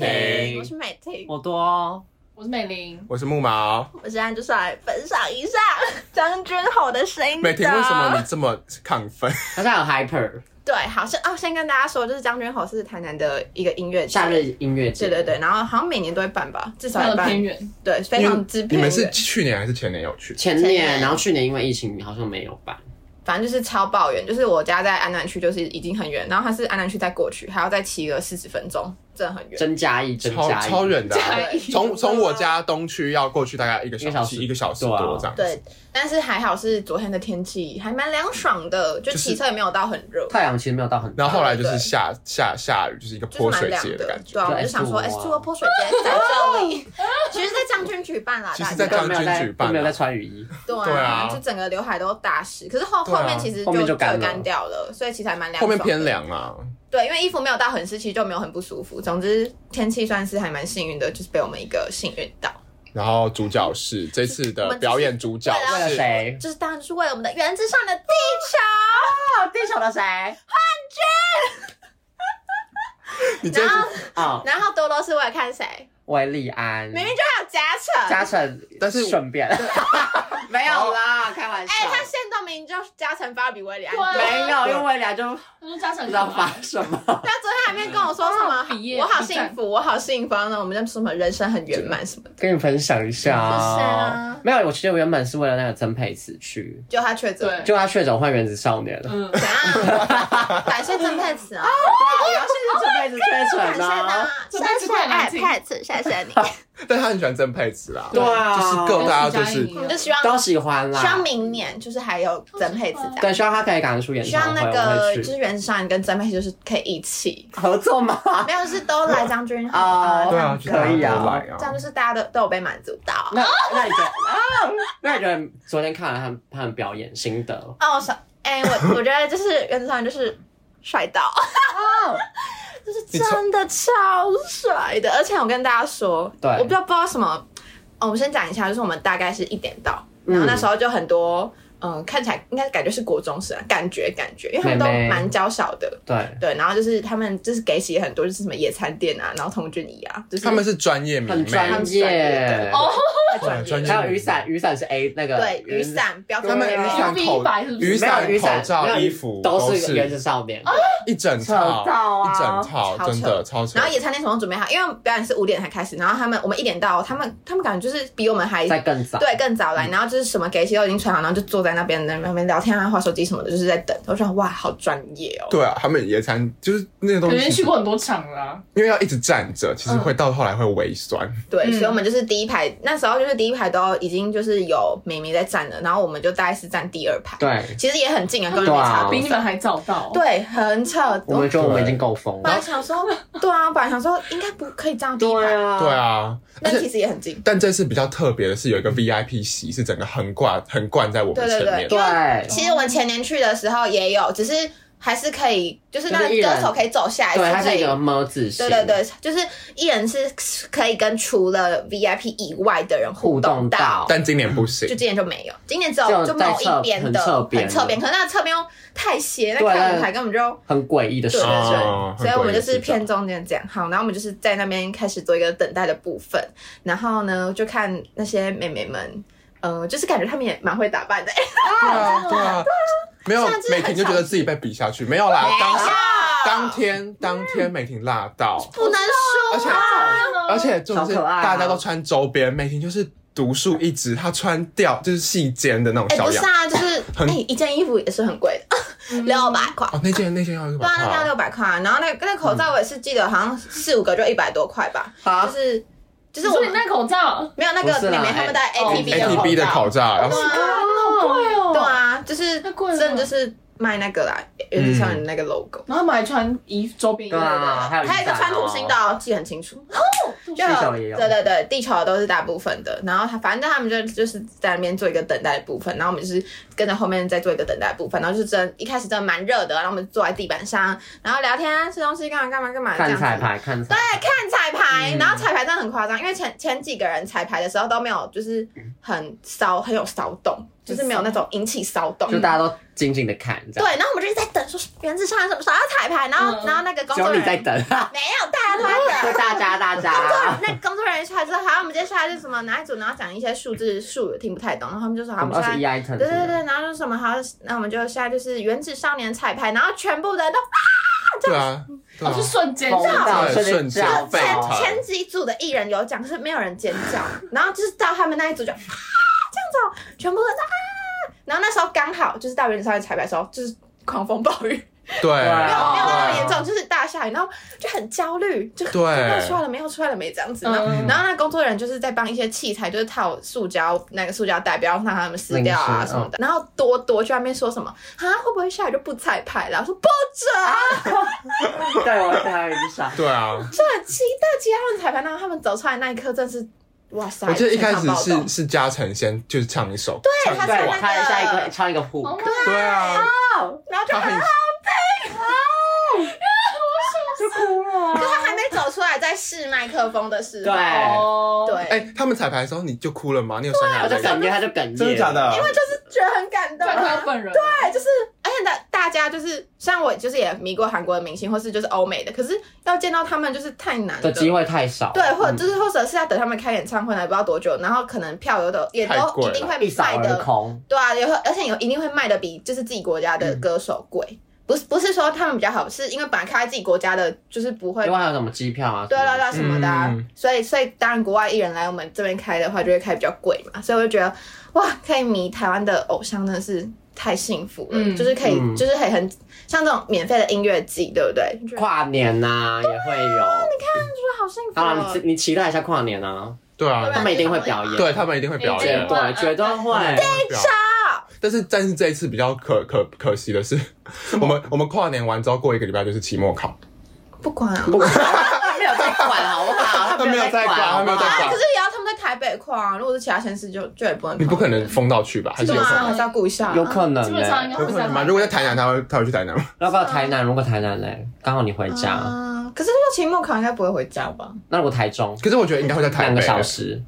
哎以好多哦，我是美玲，我是木毛，我现在就是来分享一下 张君吼的声音的。啊美婷，为什么你这么亢奋？他现在有 hyper 对，好像哦，先跟大家说，就是张君吼是台南的一个音乐夏日，日音乐节，对对对，然后好像每年都会办吧，至少非也常办偏，远，对，非常之你偏们是远，去年还是前年有去？前前年，年然后去年因为疫情好像没有吧，反正就是超抱怨，就是我家在安南区，就是已经很远，然后它是安南区再过去，还要再骑个四十分钟，真的很远。真加一，真超加一，超远的啊、加一从从我家东区要过去大概一个一个小小时时，一个小时对啊多这样。，对，但是还好是昨天的天气还蛮凉爽的，就就是骑车也没有到很热，太阳其实没有到很大，然后后来就对是下下下雨，就是一个就泼是蛮水凉节的。感觉对。啊，就我就想说 S2 S 啊 two 泼水节在这里，其实在将军举办啦，其实大在家都没有在将军举办都啊没有在穿雨衣，对对啊就整个刘海都打湿，可是后对啊后面其实后面就就干了干掉了，所以其实还蛮凉后爽的。面偏凉啊，对，因为衣服没有到很湿，其实就没有很不舒服。总之天气算是还蛮幸运的，就是被我们一个幸运到。然后主角是这次我的们表演主角为为了了是谁？就是当然就是为了我们的原子上的地球，哦，地球的谁？你这然后哦，然后多多是为了看谁？维利安，明明就还有嘉诚，嘉诚，但是顺便没有啦，开玩笑哎、，他现在明明就是嘉诚发比威廉，对啊那没有，因为维利安就不我是嘉诚知哥道嘛发什么。啊昨天还没跟我说什么刚好毕，业我好幸福，我好幸福，那我们就说什么人生很圆满什么的，跟你分享一下，不是啊没有，我其实原本是为了那个曾沛慈去，就他确诊，对就他确诊患原子少年了。嗯，怎样？感谢曾沛 慈啊，对，然后现在曾沛慈确感诊谢他了。，谢哦谢曾沛慈太难听 iPad，谢谢你，但他很喜欢曾沛慈啊，对啊就是各大家就跟是徐佳莹一就样希望都喜欢希望啦。明年就是还有曾沛慈在。对，希望他可以赶得出演希唱望会，那个我会就是去袁尚仁跟曾沛慈就是可以一起，合作 嘛。没有就是都来张君豪啊对啊，就是大家可以啊都来这样啊就，是大家都都有被满足到。那那你觉得啊？那你觉得昨天看了他们他们表演心得？哦，我想，哎、我我觉得就是原则上就是帅到，就是真的超帅的。而且我跟大家说，对我不知道不知道什么，哦，我们先讲一下，就是我们大概是一点到，嗯然后那时候就很多，嗯、看起来应该感觉是国中生、啊，感觉感觉，因为他们都妹妹蛮娇小的。对，对，然后就是他们就是给洗很多，就是什么野餐垫啊，然后童军椅啊，就是他们是专业迷很妹，专对业。哦，对专业迷妹，还有雨伞，雨伞是 A 那个对雨，伞不要他们太雨美伞没有 V 白是口、不是雨伞、没有雨伞口罩、没有衣服都都是原子是少哦年。一整扯到套，啊一整套，超扯真的超扯然。后野餐垫什么都准备好，因为表演是五点才开始，然后他们我们一点到，他们他们感觉就是比我们还再更早，嗯对更早来，然后就是什么给鞋都已经穿好，然后就坐在那边在那边聊天啊、划手机什么的，就是在等。我想哇，好专业哦。对啊，他们野餐就是那些东肯西定，去过很多场啦，因为要一直站着，嗯其实会到后来会微酸。对，嗯所以我们就是第一排，那时候就是第一排都已经就是有美眉在站了，然后我们就大概是站第二排，对，其实也很近啊，根本没差哦比多你少。们还早到，，对，很扯。我我们觉得我们已经够疯本了来。想说，对啊，本来想说应该不可以站到第一排，啊对，啊，而但且其实也很近。但这次比较特别的是有一个 VIP 席是整个横挂横贯在我们对对前对面，对，其实我们前年去的时候也有，只是还是可以，就是那就是一人歌手可以走下对，来，它是可是一以。个么字形，对对，对，就是艺人是可以跟除了 VIP 以外的人互动互动到到，但今年不行就。今年就没有，今年只只有有就在某侧一边很的侧边很侧边，可是那个侧边又太斜，对那看舞台根本就。很诡异的事对对情。对，哦所以我们就很诡异是的视角偏中间这样。好，然后我们就是在那边开始做一个等待的部分，然后呢，就看那些妹妹们，呃，就是感觉她们也蛮会打扮的。对啊对啊，没有上次美很婷就觉得自己被比下去，没有啦没，当有当天当天美婷辣到，不能而说且啊，而且就是超可爱啊大家都穿周边，美婷就是独树一帜，她穿吊就是细肩的那种哎、小不是洋，啊，就是哎、很一件衣服也是很贵的，六百块。哦那件那件要六百对啊，那要块，六百块啊，然后那个那个口罩我也是记得，好像四五个就一百多块吧，好就，是就是我所以那口罩，没有那不是个啦哎妹妹她们戴哦 ATB 的 ATB 的口罩，然后罩，对啊好贵哦，对，啊，就是太贵了真的就是卖那个啦，有点像那个 logo，然后他们还穿衣周边衣对啊，还有雨伞还有一个哦穿土星的，哦，记得很清楚，服，就地球也有对对对，地球都是大部分的，然后他反正他们就就是在那边做一个等待的部分，然后我们就是跟着后面再做一个等待的部分，然后就是真的一开始真的蛮热的，然后我们坐在地板上，然后聊天啊，吃东西干嘛干嘛干嘛，这看样子彩排，看彩对排，，看彩嗯排，然后彩嗯排真的很夸张，因为前前几个人彩排的时候都没有，就是很骚，很有骚动，就是没有那种引起骚动。就大家都静静的看，这对，样。然后我们就一直在等，说原子上来什么时候要彩排，然后、嗯然后那个工只作有人你员在等， 没有，大家都在 等。大家大家。那工作人员出来之后，好，我们接下来就是什么哪一组，然后讲一些数字数也听不太懂，然后他们就 说好，什我么们现二十在一 item？对对对，然后就是什么好，那我们就现在就是原子少年彩排，然后全部的人都对啊，对哦，啊是，瞬间疯到对瞬瞬间间炸被前弹前几组的艺人有讲，可是没有人尖叫，然后就是到他们那一组就啊 这样子、哦，全部都在啊，然后那时候刚好就是到原子少年彩排的时候，就是狂风暴雨，对，啊没有哦没有那么对严重，就是大下雨，然后就很焦虑，就啊对要出来了没，要出来了没这样子。然后嗯然后那工作人员就是在帮一些器材，就是套塑胶那个塑胶袋，不要让它们撕掉淋啊湿什么的。然后多多就在那边说什么啊，会不会下雨就不彩排了？我说不准，对我太影响。对啊，就很期待其他人彩排。然后他们走出来那一刻，真是哇塞！我记得一开全始场暴动是是嘉诚先就是唱一首，对他对，唱我那看一下一个个，唱一个 hook， Oh my 对啊，然后就啊他很很就哭了。他还没走出来，在试麦克风的时候，对啊 God 对，哎，他们彩排的时候你就哭了吗？你有酸他奶就的那哽个？咽，他就哽咽。真的假？的？因为就是觉得很感动看啊。他本人，对，对，就是，而且大大家就是，虽然我就是也迷过韩国的明星，或是就是欧美的，可是要见到他们就是太难的了。嗯机会太少。对，或者就是或者是要等他们开演唱会呢，也不知道多久，然后可能票有的也都太贵一了定会嗯一扫卖而的，空。对啊，也会而且有一定会卖的比就是自己国家的歌手贵，不是不是说他们比较好，是因为本来开在自己国家的就是不会另，外还有什么机票啊？对对了对什么的、啊，嗯所以所以当然国外艺人来我们这边开的话，就会开比较贵嘛，所以我就觉得哇，可以迷台湾的偶像真的是太幸福了，嗯就是可以、嗯就是可以很像这种免费的音乐季，对不对？啊就觉得哇，跨年呐、也会有。好幸福、当啊哦！然，你你期待一下跨年啊，对对他啊，们一定会表演。对他们一定会表一定演，啊会对，绝对会。但是但是这一次比较可可可惜的是，我们我们跨年完之后过一个礼拜就是期末考，不管啊。不管，他没有在管，好不好？他没有在好管不好他没有在管可是也要他们在台北跨、啊，如果是其他县市就就也不能跨。你不可能封到去吧？还是对有可啊，能？还是要顾一下啊。有可能基呢、本上应有该会可在能吗？如果在台南，他他会他会去台南吗？要不要台南？如果台南嘞，刚好你回家。啊。可是那个期末考应该不会回家吧？那如果台中，可是我觉得应该会在台两北个。小时，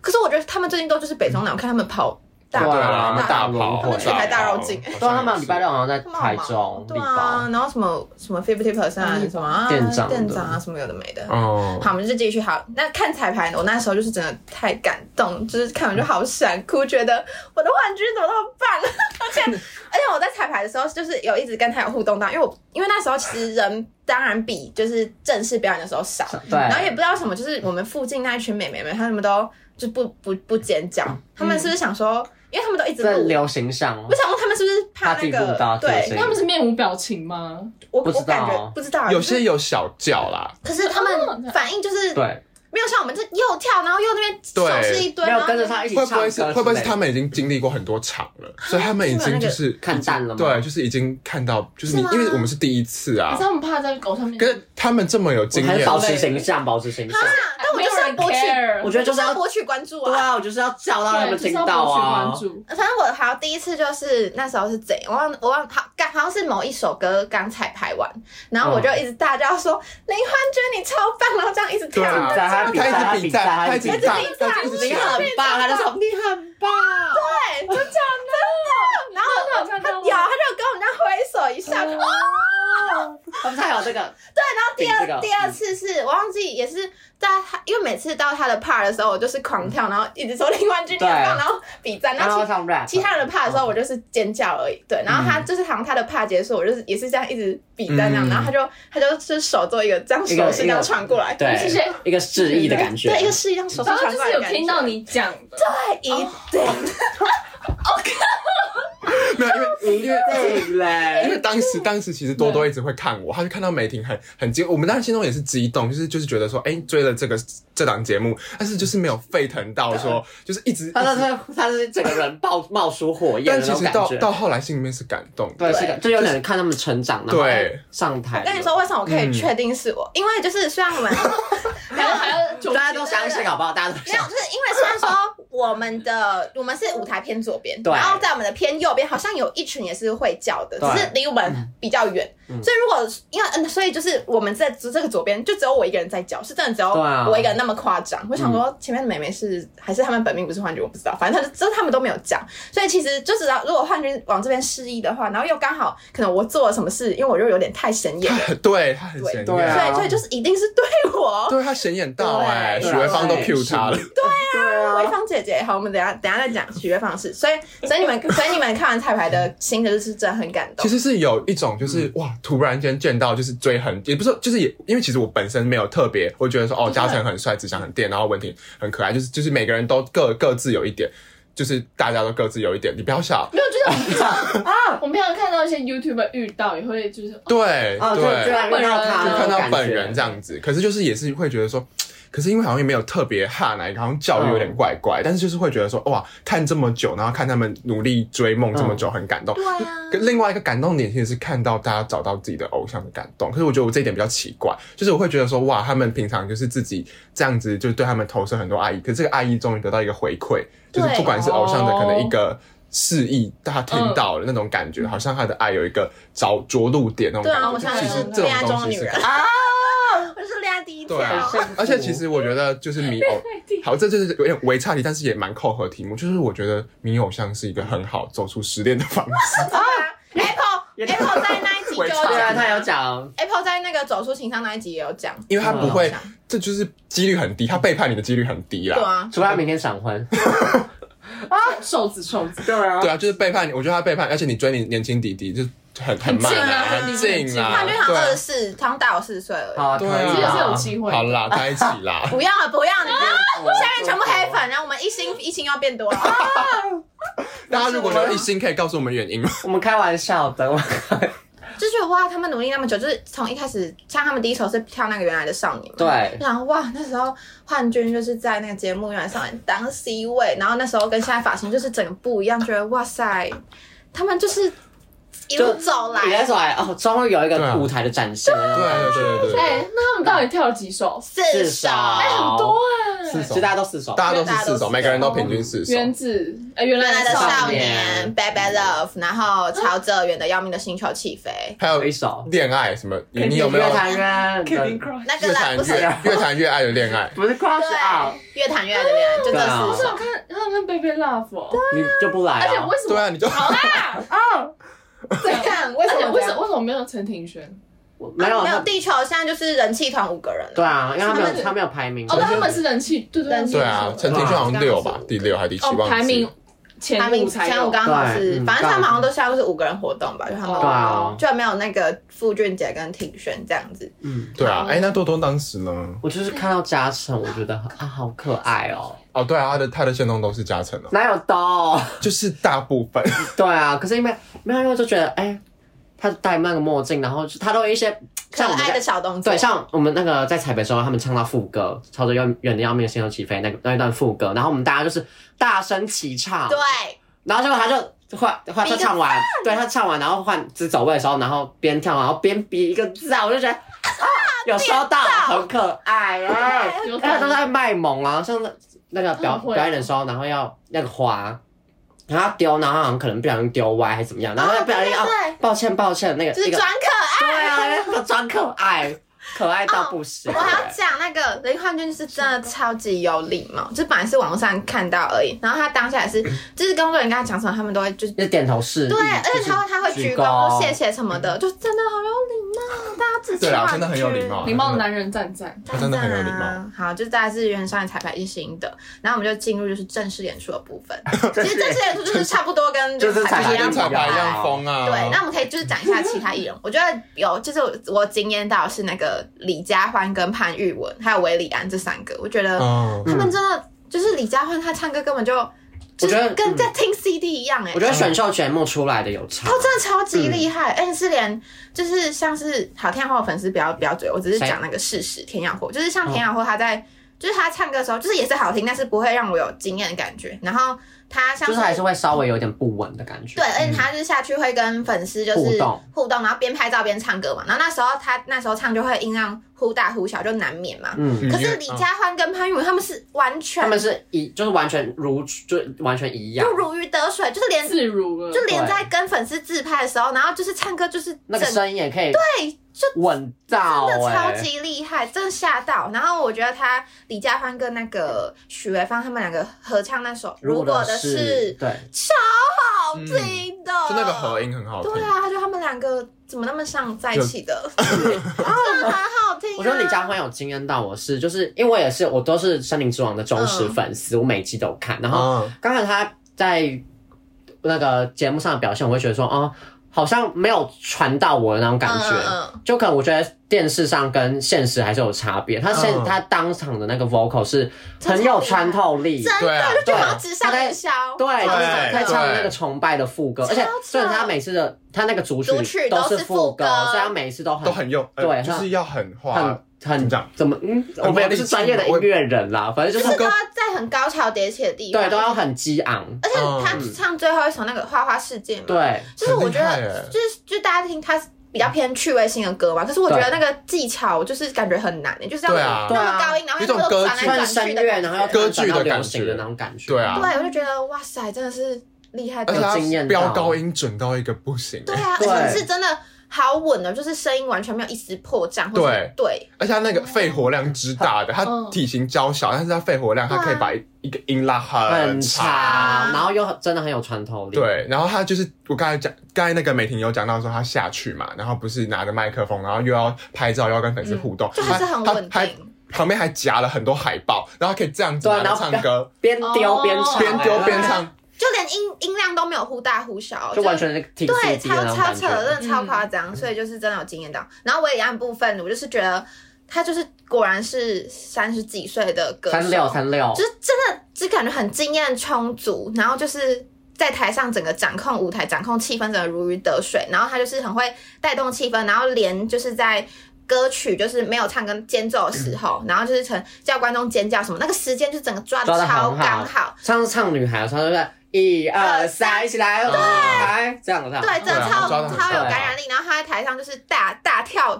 可是我觉得他们最近都就是北中南，我看他们跑大对对跑啊啊，大大跑，他们自己还大绕境好像对啊，他们也是礼拜六好像在他们好台忙中对立啊包，，然后什么什么 fifty percent 什么啊店长的嗯店长啊什么有的没的。哦，好，我们就继续好。那看彩排呢，我那时候就是真的太感动，就是看完就好想哭，觉得我的幻君怎么那么棒？ 而且而且我在彩排的时候，就是有一直跟他有互动到，因为我因为那时候其实人当然比就是正式表演的时候少，对，然后也不知道什么，就是我们附近那一群美眉们，她们都就不不不尖叫，她们是不是想说，因为她们都一直这录。流行上我，想问她们是不是怕怕自那己录个到？对，对他们是面无表情吗？我不知我感道觉不知道，有就些是有小叫啦，可是她们反应就是对，没有像我们这又跳，然后又那边手对势一堆，没然有后啊跟着他一起会唱不歌会是之类的，会不会是他们已经经历过很多场了，所以他们已经就是看淡了吗对，就是已经看到，就是你是吗因为我们是第一次可啊是，他们怕在偶像面可前，是他们这么有经我还是验，保持形象，保持形象。啊但我没就有是要人博取，我 care，觉得就就是是要要，博取关注对啊。啊，我就是要叫到他对，们就是听要到啊博。取关注。反正我好像第一次就是那时候是怎样，我忘我忘好刚好像是某一首歌刚彩排完，然后我就嗯一直大叫说、林欢君你超棒，然后这样一直跳，对比啊赛，他比赛，他他一一直比赛，他一直直比比赛，赛，他一直你比很赛，棒，啊他就说你很棒。对，就这样真的。然后真的有看到吗嗯有，他就跟我们这样挥手一下，就哦。他们才有这个，第二、顶这个第二次是我忘记，也是在他，因为每次到他的 part 的时候，我就是狂跳，然后一直说林冠军你对很棒，然后比赞，然然后嗯后唱 rap，其其他人的 part 的时候，我就是尖叫而已。对，然后他就是好像他的 part 结束，我就是也是这样一直比赞这样，嗯然后他就他就是手做一个这样手势这样传过来，对谢谢，一个示意的感觉，对，一个示意这样手势然传后过来的就是有感觉听到你哦讲的，对一定。没有，因为因为。对嘞因为当时当时其实多多一直会看我，他就看到梅婷很很激，我们当时心中也是激动，就是就是觉得说，哎、追了这个这档节目，但是就是没有沸腾到说，就是一 直。他一直是他是整个人爆冒出火焰但的其那种实感到觉，到后来心里面是感动的，对，是的，就有点看他们成长，然后对上台。我跟你说，，为什么我可嗯以确定是我？因为就是虽然我们然后还要大家都相信好不好？大家都没有，相 就是因为虽然说我们的我们是舞台偏左边，对然后在我们的偏右边好像有一群也是会叫的，对只是离我们比较远。嗯所以如果因为嗯，所以就是我们在这这个左边就只有我一个人在叫，是真的只有对啊嗯我一个人那么夸张。我想说前面的妹妹是还是他们本命不是幻觉，我不知道，反正他就就是他们都没有讲。所以其实就知道，如果幻觉往这边示意的话，然后又刚好可能我做了什么事，因为我又有点太显眼他了，很 对他很对显 对所啊眼，以所以就是一定是对我。对他显眼到哎，对许维芳都对啊 Q 他了，对微芳姐姐，好，我们等一下等一下再讲许愿方式。所 以，所以你们，所以你们看完彩排的心得就是真的很感动。其实是有一种就是、哇，突然间见到就是追很，也不是说就是也因为其实我本身没有特别，我觉得说哦，对嘉诚很帅，志祥很电，然后文婷很可爱，就是就是每个人都各各自有一点，就是大家都各自有一点，你不要笑，没有，就是平常啊，我们平常看到一些 YouTuber 遇到也会就是哦对、哦，就就对，看到他就看到那种感本觉人这样子，可是就是也是会觉得说。可是因为好像也没有特别哈哪一个，好像教育有点嗯怪怪，但是就是会觉得说哇，看这么久，然后看他们努力追梦嗯这么久，很感动。对啊，跟另外一个感动点其实是看到大家找到自己的偶像的感动，可是我觉得我这一点比较奇怪，就是我会觉得说哇，他们平常就是自己这样子，就是对他们投射很多爱意，可是这个爱意终于得到一个回馈，就是不管是偶像的哦可能一个示意，大家听到了那种感觉，好像他的爱有一个着着陆点那种啊对感啊，觉，我想其实是这恋爱种中东的西女是人感。啊，我是恋爱第一条对。啊很幸福 而且其实我觉得就是迷偶，好，这 就是有点微差题，但是也蛮扣合题目。就是我觉得迷偶像是一个很好走出失恋的方式。 啊，Apple 有点 Apple 在那一集就有对啊，讲他有讲， ，Apple 在那个走出情伤那一集也有讲，因为他不会嗯，这就是几率很低，他背叛你的几率很低对啦。啊，除非他明天闪婚。瘦子瘦子，对啊对啊，就是背叛你，我觉得他背叛，而且你追你年轻弟弟就很很慢啊，很很近啊近啊他就，想对啊二十四，他大我四十岁而已。。好，可对以啊这个是有啊。机会的。好 啦，在一起啦不要了，不要了，啊下面全部黑粉。粉，然后我们一星一星要变多了。大家如果有一心，可以告诉我们原因吗？我们开玩笑的，我 就觉得哇，他们努力那么久，就是从一开始，像他们第一首是跳那个原来的少年啊嘛，对然后哇，那时候幻君就是在那个节目原来少年当 C 位，然后那时候跟现在发型就是整个不一样，觉得哇塞，他们就是一路就走你在来说哎哦，终于有一对啊个舞台的展现。对啊对对哎、对，那他们到底跳了几首？四至首，少哎、很多哎、四首其实大家都四首，大家都是四大家都手，是每个人都平均四手。原子，哎、原原来来的少少年，年，Bad Bad Love，然后曹泽远的要命的星球起飞，还有有一首。恋爱什么？你你有没有乐坛人？那个越啦谈不是对越越谈越爱的 恋爱？不是 Crush Out，越谈越爱的恋爱，就这对啊我四想首。看他们 Baby Love，、哦、你就不来而且啊？为什么？对啊，你就好啦，这啊样为而什且么为为什什么么为什么没有陈庭轩？没有啊没有他，地球现在就是人气团五个人了？对啊，因为他没他们有他没有排名。哦，对，他们是人气，对对人气 对啊，陈对庭轩好像六刚吧刚，是第六还是第七？哦，忘排记名了。前他们五才前有哦五。刚好是对，嗯反正他们好像都下都是五个人活动吧，就他们对啊就没有那个傅俊杰跟庭轩这样子。嗯，对啊，哎，那多多当时呢？我就是看到嘉诚，我觉得很啊，好可爱哦。哦，对啊，他的他的线动都是加成哦，哪有刀？就是大部分。 对啊，可是因为没有，因为我就觉得哎，他戴那个墨镜，然后就他都有一些可像我们爱的在小动作，对，像我们那个在台北的时候，他们唱到副歌，朝着远远的要命的心又起飞那个那一段副歌，然后我们大家就是大声齐唱，对，然后结果他就换换比他一个唱完，对他唱完，然后换只走位的时候，然后边跳然后边比一个字啊，我就觉得啊，有收到，很可爱啊！有而且可都能在卖萌啊，像那那个表嗯会啊表演的时候，然后要那个花，然后他丢，然后好像可能不小心丢歪还是怎么样，然后哦他不小心对啊对，抱歉抱歉，那个就是那个装可对爱。啊，那个装可爱，可爱到不行哦我。还要讲那个林焕君是真的超级有礼貌，就本来是网络上看到而已，然后他当下也 是，就是工作人员跟他讲什么，他们都会就是就点头示意，对，而就且是他会他会鞠躬嗯躬谢谢什么的，就真的好有礼貌，大家支持对啊焕真的很有礼貌礼貌男人赞赞，他真的很有礼貌赞啊。 好，就大概是原上的彩排一新的，然后我们就进入就是正式演出的部 分。其实正式演出就是差不多跟就是排彩排一样跟跟彩彩排排一一样样疯啊！对，那我们可以就是讲一下其他艺人，我觉得有，就是我我惊艳到是那个李佳欢跟潘玉文，还有韦礼安这三个，我觉得嗯，他们真的就是李佳欢，他唱歌根本就就我觉得是跟嗯在听 CD 一样哎、我觉得选秀节目出来的有差他，哦真的超级厉害，而且是连就是像是好天养后的粉丝不要不要追，我只是谁哦讲那个事实。田养后就是像田养后，他在就是他唱歌的时候，就是也是好听，但是不会让我有惊艳的感觉。然后他像就是是还是会稍微有点不稳的感觉。对，而且他是下去会跟粉丝就是互动互动，然后边拍照边唱歌嘛。然后那时候他那时候唱就会音量忽大忽小，就难免嘛。嗯，可是李佳欢跟潘越文他们是完全他们是一就是完全如就完全一样就，如鱼得水，就是连自如了就。连在跟粉丝自拍的时候，然后就是唱歌就是那个整声音也可以对，就稳到真的超欸哎、级厉害，真的吓到。然后我觉得他李佳欢跟那个许维芳他们两个合唱那首《如果的是事》，对，超好听的，嗯就那个合。音很好听对。啊，他就他们两个怎么那么像在一起的， 真的很好听、啊。我觉得李佳欢有惊艳到我是，就是因为我也是我都是森林之王的忠嗯实粉丝，我每集都有看。然后嗯，刚才他在那个节目上的表现，我会觉得说，哦，好像没有传到我的那种感觉。嗯嗯嗯就可能我觉得电视上跟现实还是有差别。他现、嗯他当场的那个 vocal 是很有穿透力，真对啊的就觉得好像对纸上云霄，对，啊就是在唱那对个崇拜的副歌，而且超虽然他每次的他那个主曲主曲都都是副歌，副歌所以他每次都很都很用，呃对就是要很花很。很么讲怎么嗯，很我们也不有是力专业的气我音也乐人啦，反正就就是是都要在很高潮迭起的地方，对都要。很激昂，而且他嗯唱最后一首那个《花花世界》嘛，对就是我觉很厉害得欸就是就大家听他比较偏趣味性的歌吧，可是我觉得那对个技巧就是感觉很难欸，就是要对啊那么高音，然后有一种又歌转来剧算转声去的乐，感然后觉又歌转剧到的流感行的觉那种感觉，对啊对，我就觉得哇塞，真的是厉害到而且有经验他到飙高音准到一个不行、对欸，啊，对而且是真的好稳哦，就是声音完全没有一丝破绽，或是对而且他那个肺活量之大的，他体型娇小，但是他肺活量，嗯对他啊可以把一一个音拉很很长。长，长然后又很真的很有穿透力，对，然后他就是我刚才讲，刚才那个美婷有讲到说他下去嘛，然后不是拿着麦克风，然后又要拍照，又要跟粉丝互动，就还嗯是很他稳他他定。旁边还夹了很多海报，然后可以这样子对啊拿着然后唱歌，边丢哦边唱，边丢哎边，唱，就连音音量都没有忽大忽小，就完全是挺对，刺激的超那种超感扯，觉，嗯真的超夸张，所以就是真的有惊艳到。然后维里安部分，我就是觉得他就是果然是三十几岁的歌手，三六三六就，是真的只感觉很经验充足，然后就是。在台上整个掌控舞台、掌控气氛，整个如鱼得水。然后他就是很会带动气氛，然后连就是在歌曲就是没有唱跟间奏的时 候，然后就是成叫观众尖叫什么，那个时间就整个抓抓的得很超好刚好，上次唱女孩的时候，她就是一二三，一起来，对，来这样这样，对，真的对啊超抓得很超有快啊感染力。然后他在台上就是大大跳，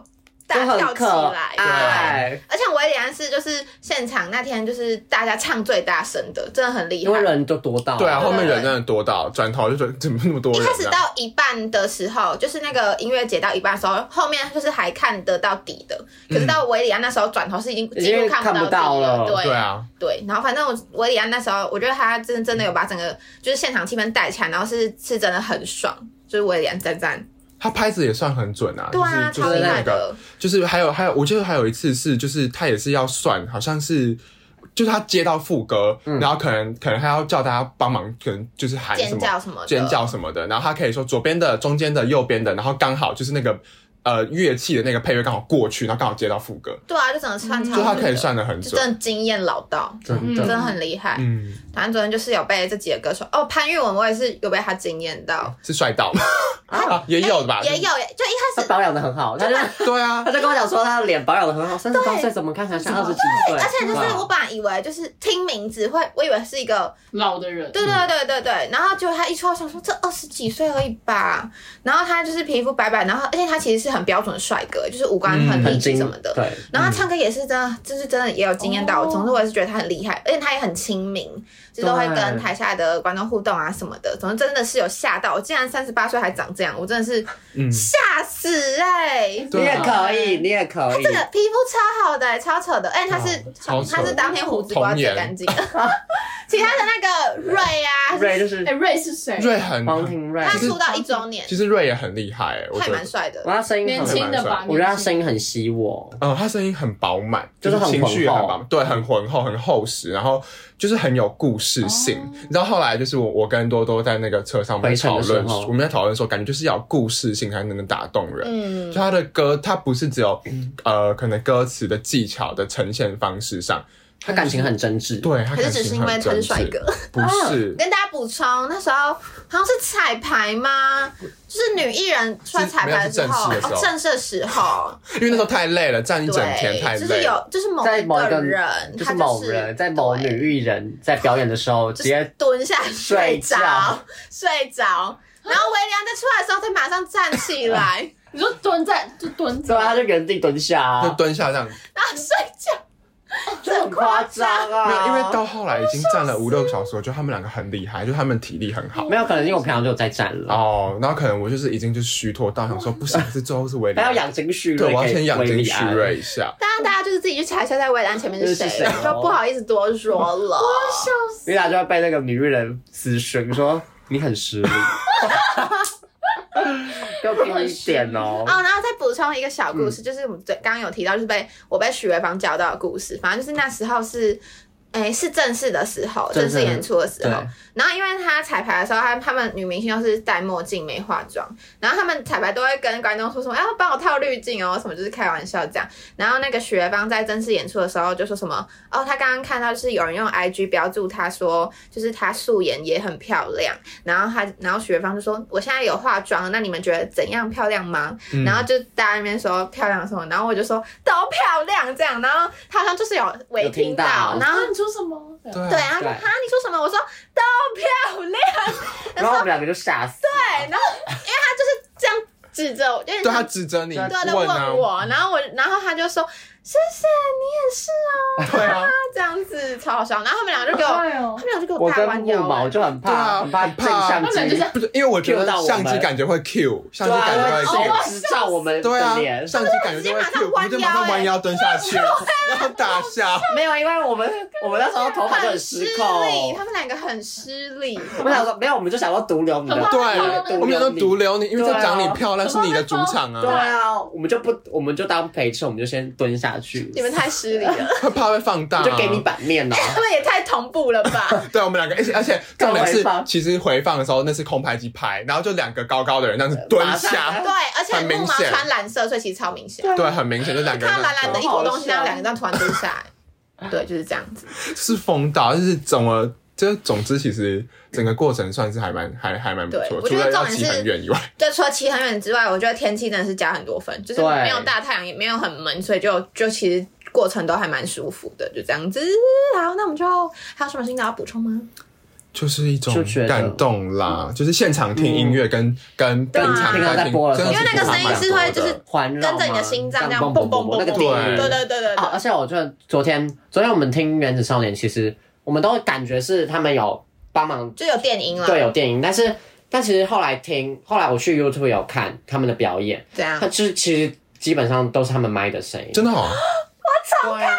大就跳很起可来，对。爱，而且维里安是就是现场那天就是大家唱最大声的，真的很厉因为害。人就多到，对啊，后对面人真的多到，转头就觉得怎么那么多一人、啊？开始到一半的时候，就是那个音乐节到一半的时候，后面就是还看得到底的，可是到维里安那时候转头是已经已几经乎看看不不到底到了对对啊，对，然后反正我维里安那时候，我觉得他真的真的有把整个就是现场气氛带起来，然后是是真的很爽，就是维里安赞赞，他拍子也算很准啊，对啊，就是超就是厉那害个，的，就是还有还有，我记得还有一次是，就是他也是要算，好像是。就是他接到副歌，然后可能可能还要叫大家帮忙，可能就是喊什尖么叫什么的，尖叫什么的，然后他可以说左边的、中间的、右边的，然后刚好就是那个呃乐器的那个配乐刚好过去，然后刚好接到副歌，对啊，就整个串嗯超就准的，他可以算的很就准。真的惊艳老道，真真的的很厉害。嗯，反正昨天就是有被这几个歌手，哦，潘越文我也是有被他惊艳到，哎是帅到吗？ 啊， 也有的吧，也有，就一开他始。保养的很好，他就对啊他，就跟我讲说他的脸保养的很好，三十八岁怎么看起来像二十几岁？而且就是嗯对我本来以为就是听名字会，我以为是一个，老的人，对嗯对对对对，然后结果他一出来，我想说这二十几岁而已吧，然后他就是皮肤白白，然后而且他其实是很标准的帅哥，就是五官很嗯立很体精什么的，对，然后他唱歌也是真的，就是真的也有惊艳到我。哦总之我也是觉得他很厉害，而且他也很亲民，就都会对跟台下的观众互动啊什么的。总之真的是有吓到，我竟然三十八岁还长这样，我真的是嗯，吓死哎、你对也啊，可以，你也可以这，个皮肤超好的、欸，超扯的，哎、他是哦超扯他是当天胡子刮最干净的， 其他的那个瑞啊，瑞就是哎，瑞是谁？瑞很，王庭瑞，他出道一周年，其实瑞也很厉害、欸我还觉蛮得，帅的我，他声音年很轻的吧，我觉得他年轻声音很吸我，嗯，他声音很饱满，就是很情绪也浑很厚饱满，对，很浑厚，很厚实，然后就是很有故事性。你知道后来就是我我跟多多在那个车上我们回在程讨的时候论，我们在讨论说，感觉就是要有故事性才能打动人。嗯就，他的歌，他不是只有呃，可能歌词的技巧的呈现方式上，他感情很真挚。对，他还是感只是情因为很他真是帅挚，哥？嗯不是。跟大家补充，那时候好像是彩排吗？就是女艺人穿彩排哦的时候，是没有是正式的时候哦，正式的时候，因为那时候太累了，站一 整天太对，就累是了。有，就是某在某一个个人，就他是某人在某对女艺人在表演的时候，直接蹲下睡睡着觉，睡着，然后维良在出来的时候，他马上站起来， 你就蹲在就蹲对啊，他着，就原地蹲下啊，就蹲下这样，然后睡觉。就很夸张啊。没有，因为到后来已经站了五六个小时，我觉得他们两个很厉害，就他们体力很好。没有可能，因为我平常就有在站了，哦，然后可能我就是已经就是虚脱到想说 不行，这最后是维里他要安，养精蓄锐，对，我要先养给精维里蓄安锐一下。当然，大家就是自己去查一下在维兰前面是是谁谁，就不好意思多说了。因为他就会被那个女艺人私讯说你很失礼，要拼一点哦。哦，然后再补充一个小故嗯事，就是我们最刚刚有提到，就是被我被许维芳教到的故事。反正就是那时候是，哎、是正式的时候，正正式的式演出的时对候。然后因为他彩排的时候，他他们女明星都是戴墨镜没化妆，然后他们彩排都会跟观众说什么，哎、帮我套滤镜哦，什么就是开玩笑这样。然后那个许维芳在正式演出的时候就说什么，哦，他刚刚看到就是有人用 IG 标注他说，就是他素颜也很漂亮。然后他，然后许维芳就说，我现在有化妆，那你们觉得怎样漂亮吗？嗯然后就大家那边说漂亮什么，然后我就说都漂亮这样，然后他好像就是有微有听听到，到嗯然后啊，你说什么？对对对，然后啊，他说对哈你说什么？我说都漂亮，然后我们两个就吓死，对，然后因为他就是这样指着我，就是对啊他指着你对对他就问啊问，我，然后我然后他就说谢谢你也是哦，对啊，这样子超好笑，然后他们俩就给好我，快哦他们俩就给啊我大跟弯木腰、毛欸，就很对怕，啊很怕很镜怕相他们俩就机这，样不是因为我觉 Cue 到得我们相机感觉会 Q，相对机啊，感觉因会为 Q，直接直照我们对的啊，脸，相机感觉就会 Q，我我就就马上马上弯弯腰蹲下去， 然后打下。没有，因 为我们我们那时候头发就很很失失礼，控，他们两个很失礼，我们想说没有，我们就想要毒瘤你的，对对，我们想说毒瘤你，因为在讲你漂亮是你的主场对啊，啊，我们就不，我们就当陪衬，我们就先蹲下去，你们太失礼了，会 怕会放大、我啊，就给你版面哦。他们也太同步了 吧？对，我们两个，而且而且重点回是放，其实回放的时候那是空拍机拍，然后就两个高高的人，但是蹲马下上，对，而且很明木毛显穿蓝色，所以其实超明显。啊对，很明显就两个 人看到蓝蓝的一坨东西，然好后好笑两个人突然蹲下来， 对，就是这样子。是疯到，就是总而就总之，其实整个过程算是还蛮还还蛮不对错，我除觉得了要重点骑是很远以外，对，除了骑很远之外，我觉得天气真的是加很多分，就是对没有大太阳，也没有很闷，所以就就其实过程都还蛮舒服的，就这样子。好，那我们就还有什么新的要补充吗？就是一种就觉得感动啦，就是现场听音乐跟跟对啊平常平常在在听，播的时真候的因为那个声音是会就是环跟绕啊着你的嘛心脏这这样样蹦蹦蹦蹦，蹦蹦那个蹦电对影对对对对啊，而对，且我觉得昨天昨天我们听《原子少年》，其实我们都感觉是他们有帮忙，就有电音了，对，有电影，但是但其实后来听，后来我去 YouTube 有看他们的表演，这样它。就是其实基本上都是他们麦的声音，真的哦好，对啊，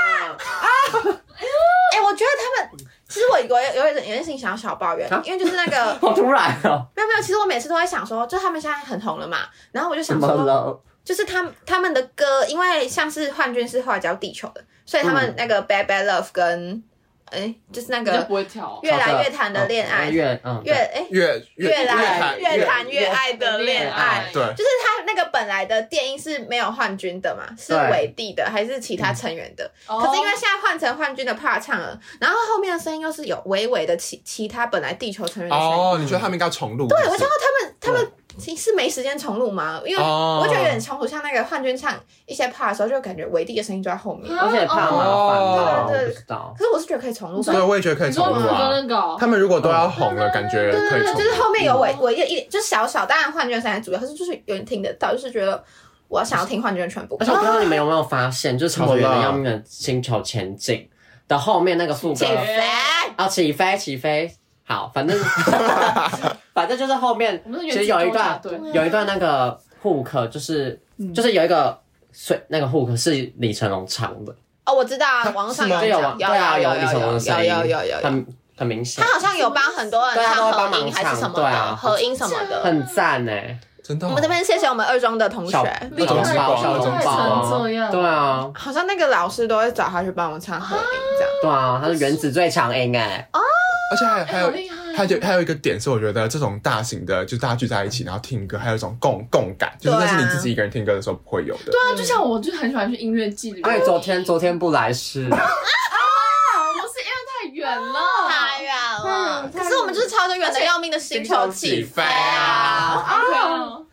哎，我觉得他们，其实我有有有一点有一件事情想要小抱怨啊，因为就是那个好突然哦，没有没有，其实我每次都在想说，就他们现在很红了嘛，然后我就想怎么说，了？就是他们他们的歌，因为像是幻君是画交地球的，所以他们嗯那个 Bad Bad Love 跟哎、就是那你就个不会跳越来越谈的恋爱哦越嗯越哎、越越越来谈越谈越爱的恋爱。对就是他那个本来的电音是没有幻君的嘛，是对伟弟的还是其他成员的？可可是因为现在换成幻君的 part 唱了，然后后面的声音又是有微微的其其他本来地球成员的声音。哦，你觉得他们应该要重录？对，是我不是想到他们他们其实没时间重录吗？因为哦我觉得有点冲突，像那个幻君唱一些 part 的时候，就感觉伟弟的声音就在后面。而且怕麻烦哦嘛，对我对不知道。可是我是觉得可以重录吧对，。我也觉得可以你重说录你啊说。那个哦他们如果都要红了，感觉可以对，重就是录。后面有伟伟一点，就是小小，当然幻君的声音主要，可是就是有人听得到，就是觉得我要想要听幻君的全部而。且我不知道你们有没有发现，就是曹雪芹的《要命的星球前进》的后面那个副歌起，飞，啊，起飞，起飞，好，反正反正就是后面我们是其实原子有一钟啊段对有一段那个 hook，就是嗯就是有一个水那个 hook 是李成龙唱的，哦，我知道啊，网络上是吗就有有讲对啊，有有李成龙的声音，有有有有有。很很明显他，好像有帮很多人对啊唱他会帮合忙音还是什么唱对的，啊合音什么的。很赞哎，真的哦，我们这边谢谢我们二中的同小学，厉害中宝，小中宝成这啊，样对啊，好像那个老师都会找他去帮我唱合音这样。对啊，他是原子最强音哎，哦而且还哎还好有厉害还有还有一个点是，我觉得这种大型的，就大家聚在一起，然后听歌，还有一种共共感，就是那对啊是你自己一个人听歌的时候不啊会有的。哎对啊，就像我就很喜欢去音乐季里而面且，昨天昨天不来是，们哦就是朝着远而的且要命的星球起飞啊啊！啊，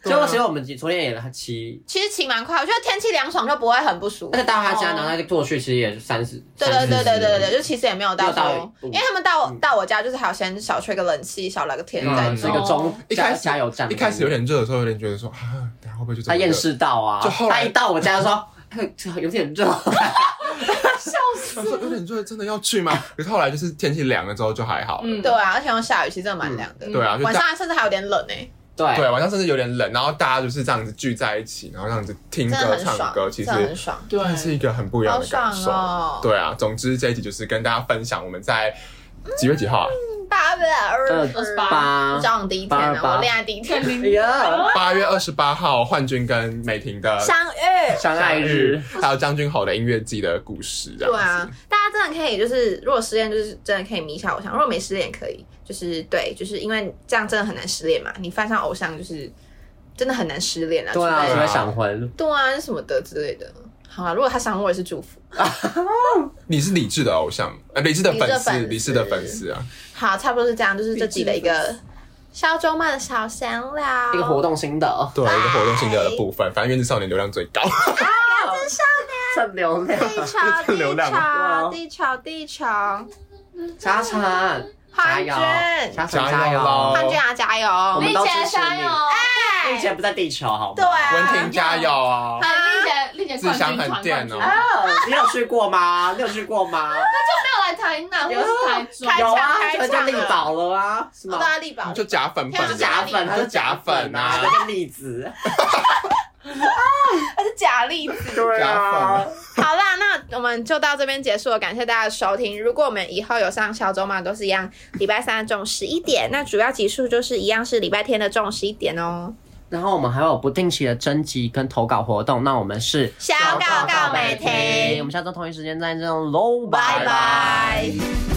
结果其实我们昨天也骑，其实骑蛮快，我觉得天气凉爽就不会很不舒服而且。到他家，然后他就过去，其实也就三十，对对对对对对，对，就其实也没有到没有到说，嗯因为他们到我到我家就是还有先小吹个冷气，小聊个天再嗯，是一走。个中一加开始加油站，一开始有点热的时候，有点觉得说啊，等一下会不会就这么他热厌世到啊，就后来他一到我家就说。 哎这有点热，笑死他！说有点热，真的要去 吗？可是后来就是天气凉了之后就还好了。嗯对啊，而且又下雨，其实真的蛮凉的。对啊，就晚大上甚至还有点冷欸诶、对对晚上甚至有点冷，然后大家就是这样子聚在一起，然后这样子听真的歌很爽唱，歌，其真实的很爽。对，那是一个很不一样的感受。好爽哦对啊，总之这一集就是跟大家分享我们在几月几号啊？八月二二十八八交往第一天八啊二，八我恋爱第一天哎呀，八月二十八号，幻君跟美婷的相遇。相爱日，，还有张君豪的音乐季的故事。这样对子啊，，大家真的可以，就是如果失恋，就是真的可以迷一下偶像；如果没失恋，可以就是对，就是因为这样真的很难失恋嘛。你犯上偶像，就是真的很难失恋啊。对啊，除除非非闪婚，对啊，什么的之类的。好啊，如果他想我，也是祝福。你是理智的偶像，呃，理智的粉丝，理理智智的的粉粉丝丝啊，好，差不多是这样，就是这集的一个小周末的小闲聊。一个活动心 得，对，啊一个活动性的部分，反正原子少年流量最高。蹭流 量，地球，蹭地流量球，啊地球，地球，沙尘，加汉油，军，沙尘加加油喽油，汉军啊，加我油！们丽都支姐持加你油！目前不在地球，好吗？对啊文婷加油啊！哎，丽姐，丽姐自冠相军很团电冠哦军，啊你有去过吗？ 你有去过吗？那就没有来台南或是台中，开有啊，开这场叫力了宝了啊，是我吗都？要力保，就假粉天啊是本人假粉，就假粉啊！那个例子，他是假例子。对假粉，好啦，那我们就到这边结束了，感谢大家的收听。如果我们以后有上小周嘛，都是一样，礼拜三的中午十一点，那主要集数就是一样是礼拜天的中午十一点哦。然后我们还有不定期的征集跟投稿活动，那我们是小告告美婷我们下周同一时间再见喽，拜拜。